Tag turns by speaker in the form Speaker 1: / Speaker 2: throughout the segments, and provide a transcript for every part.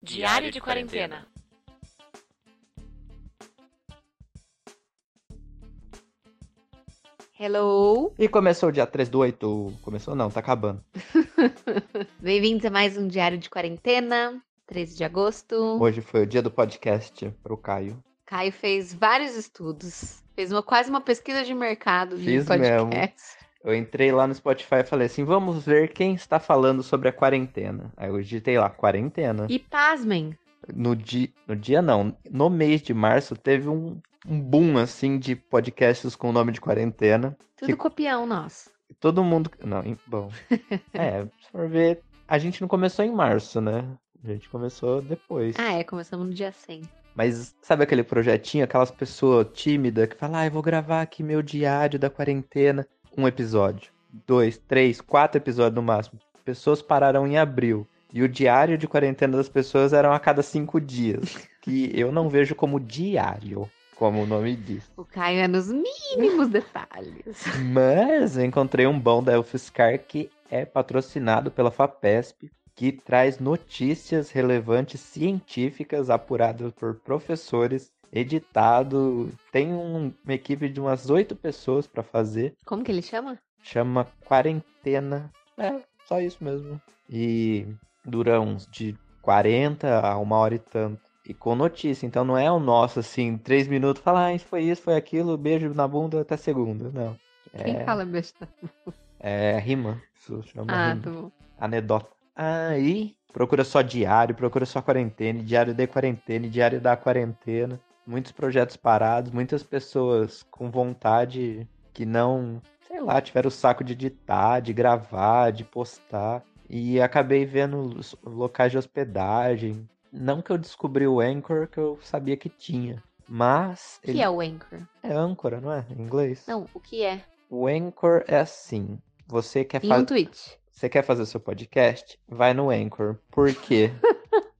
Speaker 1: Diário de quarentena.
Speaker 2: Hello!
Speaker 3: E começou o dia 3 do 8. Começou não, tá acabando.
Speaker 2: Bem-vindos a mais um Diário de Quarentena, 13 de agosto.
Speaker 3: Hoje foi o dia do podcast pro Caio.
Speaker 2: Caio fez vários estudos, fez uma, quase uma pesquisa de mercado de
Speaker 3: Fiz
Speaker 2: podcast.
Speaker 3: Eu entrei lá no Spotify e falei assim: vamos ver quem está falando sobre a quarentena. Aí eu digitei lá, quarentena.
Speaker 2: E pasmem,
Speaker 3: No, di... no dia não, no mês de março teve um, um boom assim de podcasts com o nome de quarentena.
Speaker 2: tudo
Speaker 3: Que-
Speaker 2: copião nosso.
Speaker 3: E Todo mundo. Não, em- bom. É, se for ver, a gente não começou em março, né? A gente começou depois.
Speaker 2: Ah, é, começamos no dia 100.
Speaker 3: Mas sabe aquele projetinho, aquelas pessoas tímidas que falam, ah, eu vou gravar aqui meu diário da quarentena. Um episódio, dois, três, quatro episódios no máximo. Pessoas pararam em abril. E o diário de quarentena das pessoas eram a cada cinco dias. Que eu não vejo como diário, como o nome diz.
Speaker 2: O Caio é nos mínimos detalhes.
Speaker 3: Mas eu encontrei um bom da UFSCar que é patrocinado pela FAPESP, que traz notícias relevantes científicas apuradas por professores, editado. Tem um- uma equipe de umas oito pessoas para fazer,
Speaker 2: Como que ele chama?
Speaker 3: chama Quarentena. É, só isso mesmo. E dura uns de 40 a uma hora e tanto. E com notícia, então não é o nosso assim, três minutos, falar, ah, foi isso, foi aquilo, beijo na bunda até segunda. Não.
Speaker 2: Quem
Speaker 3: É-
Speaker 2: fala besta?
Speaker 3: é rima. Isso chama
Speaker 2: Ah,
Speaker 3: rima.
Speaker 2: tá bom.
Speaker 3: Anedota. Aí, procura só diário, procura só quarentena, diário de quarentena, diário da quarentena. Muitos projetos parados, muitas pessoas com vontade que não, sei lá, tiveram o saco de editar, de gravar, de postar. E acabei vendo os locais de hospedagem. Não que eu descobri o Anchor, que eu sabia que tinha. Mas.
Speaker 2: O que é o Anchor?
Speaker 3: é âncora, não é? Em inglês.
Speaker 2: Não, o que é?
Speaker 3: O Anchor é assim. Você quer
Speaker 2: E um
Speaker 3: fazer.
Speaker 2: tweet.
Speaker 3: Você quer fazer seu podcast? Vai no Anchor. Por quê?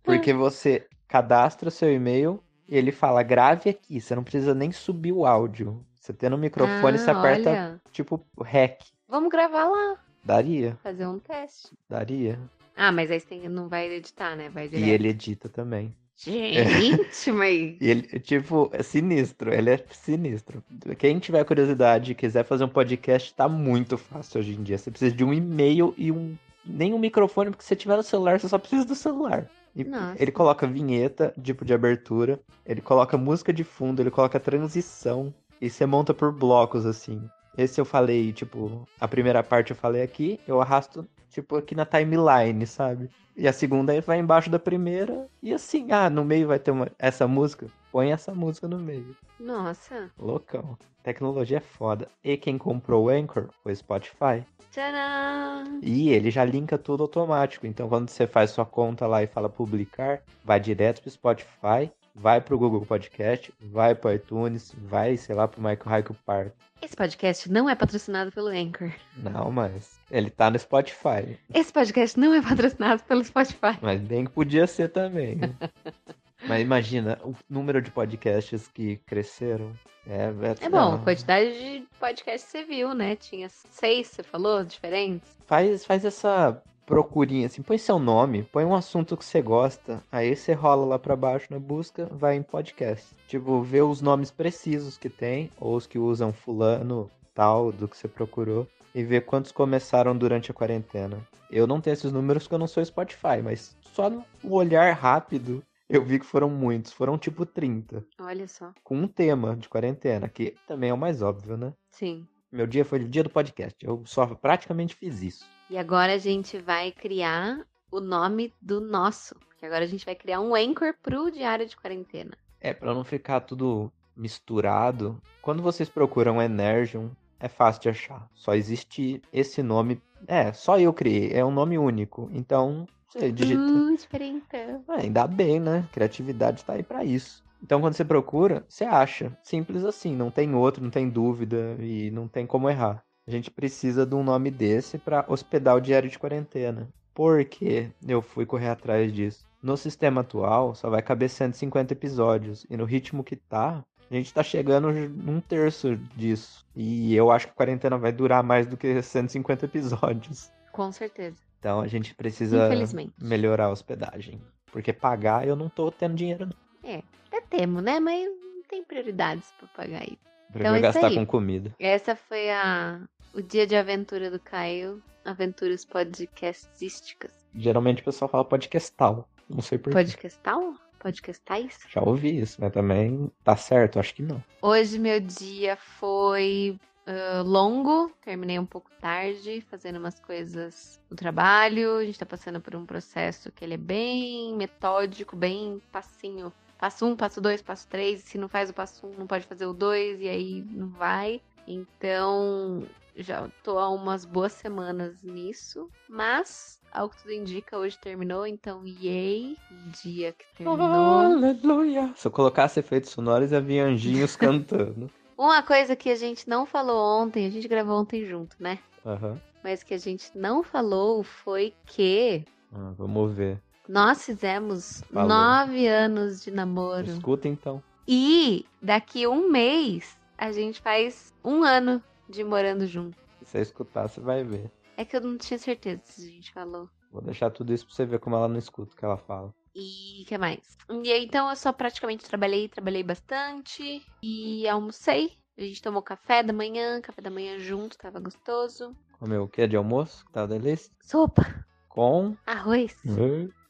Speaker 3: Porque você cadastra o seu e-mail e ele fala grave aqui. Você não precisa nem subir o áudio. Você tendo um microfone,
Speaker 2: ah,
Speaker 3: você aperta
Speaker 2: olha.
Speaker 3: tipo rec.
Speaker 2: Vamos gravar lá,
Speaker 3: Daria,
Speaker 2: fazer um teste.
Speaker 3: daria.
Speaker 2: Ah, mas aí você tem- não vai editar, né? Vai direto.
Speaker 3: E ele É. edita também.
Speaker 2: Gente, mas.
Speaker 3: E ele, tipo, é sinistro. Ele é sinistro. Quem tiver curiosidade e quiser fazer um podcast, tá muito fácil hoje em dia. Você precisa de um e-mail e um. Nem um microfone, porque se você tiver no celular, você só precisa do celular. E
Speaker 2: Nossa.
Speaker 3: Ele coloca vinheta, tipo de abertura. Ele coloca música de fundo, ele coloca transição. E você monta por blocos, assim. Esse eu falei, tipo, a primeira parte eu falei aqui, eu arrasto, tipo, aqui na timeline, sabe? E a segunda aí vai embaixo da primeira. E assim, ah, no meio vai ter uma, essa música. Põe essa música no meio.
Speaker 2: Nossa.
Speaker 3: Loucão. Tecnologia é foda. E quem comprou o Anchor foi o Spotify.
Speaker 2: Tcharam!
Speaker 3: E ele já linka tudo automático. Então, quando você faz sua conta lá e fala publicar, vai direto pro Spotify, vai pro Google Podcast, vai pro iTunes, vai, sei lá, pro Michael Haiku Park.
Speaker 2: Esse podcast não é patrocinado pelo Anchor.
Speaker 3: Não, mas ele tá no Spotify.
Speaker 2: Esse podcast não é patrocinado pelo Spotify.
Speaker 3: Mas bem que podia ser também. mas imagina o número de podcasts que cresceram. É,
Speaker 2: É bom,
Speaker 3: não.
Speaker 2: a quantidade de podcast que você viu, né? Tinha seis, você falou, diferentes.
Speaker 3: Faz, faz essa procurinha, assim, põe seu nome, põe um assunto que você gosta, aí você rola lá pra baixo na busca, vai em podcast. Tipo, vê os nomes precisos que tem, ou os que usam fulano, tal, do que você procurou, e vê quantos começaram durante a quarentena. Eu não tenho esses números porque eu não sou Spotify, mas só no olhar rápido eu vi que foram muitos, foram tipo 30,
Speaker 2: Olha só.
Speaker 3: com um tema de quarentena, que também é o mais óbvio, né?
Speaker 2: Sim.
Speaker 3: Meu dia foi o dia do podcast, eu só praticamente fiz isso.
Speaker 2: E agora a gente vai criar o nome do nosso. Porque agora a gente vai criar um Anchor pro Diário de Quarentena.
Speaker 3: É, pra não ficar tudo misturado. Quando vocês procuram Energium, é fácil de achar. Só existe esse nome. É, só eu criei. É um nome único. Então, você digita.
Speaker 2: Hum, diferente.
Speaker 3: É, ainda bem, né? Criatividade tá aí pra isso. Então, quando você procura, você acha. Simples assim. Não tem outro, não tem dúvida e não tem como errar. A gente precisa de um nome desse pra hospedar o diário de quarentena. Por que eu fui correr atrás disso? No sistema atual, só vai caber 150 episódios. E no ritmo que tá, a gente tá chegando num terço disso. E eu acho que a quarentena vai durar mais do que 150 episódios.
Speaker 2: Com certeza.
Speaker 3: Então, a gente precisa
Speaker 2: Infelizmente.
Speaker 3: melhorar a hospedagem. Porque pagar eu não tô tendo dinheiro, não.
Speaker 2: Até temo, né? Mas não tem prioridades pra pagar isso.
Speaker 3: Prefiro
Speaker 2: é isso
Speaker 3: gastar
Speaker 2: aí.
Speaker 3: com comida.
Speaker 2: Essa foi a o dia de aventura do Caio. Aventuras podcastísticas.
Speaker 3: Geralmente o pessoal fala podcastal. Não sei porquê.
Speaker 2: Podcastal? Podcastais?
Speaker 3: Já ouvi isso, mas também tá certo, acho que não.
Speaker 2: Hoje meu dia foi ah, longo, terminei um pouco tarde, fazendo umas coisas no trabalho. A gente tá passando por um processo que ele é bem metódico, bem passinho. Passo um, passo dois, passo três. Se não faz o passo um, não pode fazer o dois, e aí não vai. Então, já tô há umas boas semanas nisso. Mas, ao que tudo indica, hoje terminou. Então, yay! Dia que
Speaker 3: Ah!
Speaker 2: terminou.
Speaker 3: Aleluia! Se eu colocasse efeitos sonoros, havia anjinhos cantando.
Speaker 2: Uma coisa que a gente não falou ontem, a gente gravou ontem junto, né?
Speaker 3: Aham.
Speaker 2: Mas que a gente não falou foi que
Speaker 3: Ah, vamos ver.
Speaker 2: nós fizemos
Speaker 3: Falou.
Speaker 2: nove anos de namoro.
Speaker 3: Escuta então.
Speaker 2: E daqui um mês a gente faz um ano de morando junto.
Speaker 3: Se você escutar, você vai ver.
Speaker 2: É que eu não tinha certeza se a gente falou.
Speaker 3: Vou deixar tudo isso pra você ver como ela não escuta o que ela fala.
Speaker 2: E que mais? E aí, então eu só praticamente trabalhei, trabalhei bastante e almocei. A gente tomou café da manhã, café da manhã junto, tava gostoso.
Speaker 3: Comeu o que de almoço? Que tá uma delícia?
Speaker 2: Sopa,
Speaker 3: Com.
Speaker 2: arroz.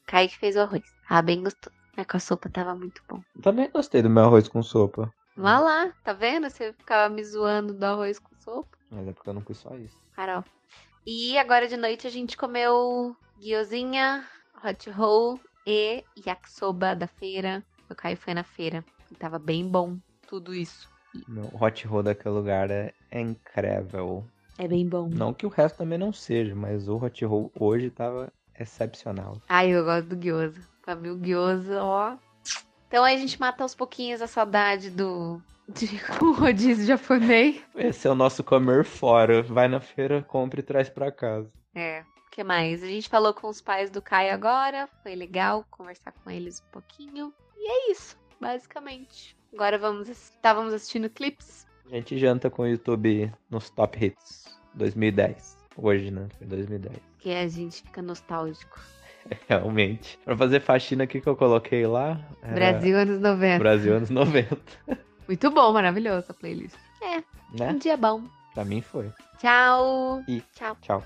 Speaker 2: Kaique fez o arroz. Ah, bem gostoso. Mas com a sopa tava muito bom.
Speaker 3: Também gostei do meu arroz com sopa.
Speaker 2: Vá lá, tá vendo? Você ficava me zoando do arroz com sopa.
Speaker 3: Mas é porque eu não fiz só isso.
Speaker 2: Carol. E agora de noite a gente comeu guiozinha, hot roll e yakisoba da feira. O Caio foi na feira. E tava bem bom tudo isso.
Speaker 3: Meu hot roll daquele lugar é, é incrível.
Speaker 2: É bem bom.
Speaker 3: Não que o resto também não seja, mas o hot roll hoje tava excepcional.
Speaker 2: Ai, eu gosto do gyoza. Pra mim, o gyoza, ó. Então aí a gente mata aos pouquinhos a saudade do... De um rodízio japonês.
Speaker 3: Esse é o nosso comer fora. Vai na feira, compra e traz pra casa.
Speaker 2: É, o que mais? A gente falou com os pais do Caio agora, foi legal conversar com eles um pouquinho. E é isso, basicamente. Agora vamos ass- estávamos assistindo clips.
Speaker 3: A gente janta com o YouTube nos top hits 2010. Hoje, né? Foi 2010.
Speaker 2: Que a gente fica nostálgico.
Speaker 3: Realmente. Pra fazer faxina, o que, que eu coloquei lá? Era
Speaker 2: Brasil anos 90.
Speaker 3: Brasil anos 90.
Speaker 2: Muito bom, maravilhosa a playlist. Um
Speaker 3: Né?
Speaker 2: dia bom.
Speaker 3: Pra mim foi.
Speaker 2: Tchau.
Speaker 3: E-
Speaker 2: Tchau.
Speaker 3: Tchau.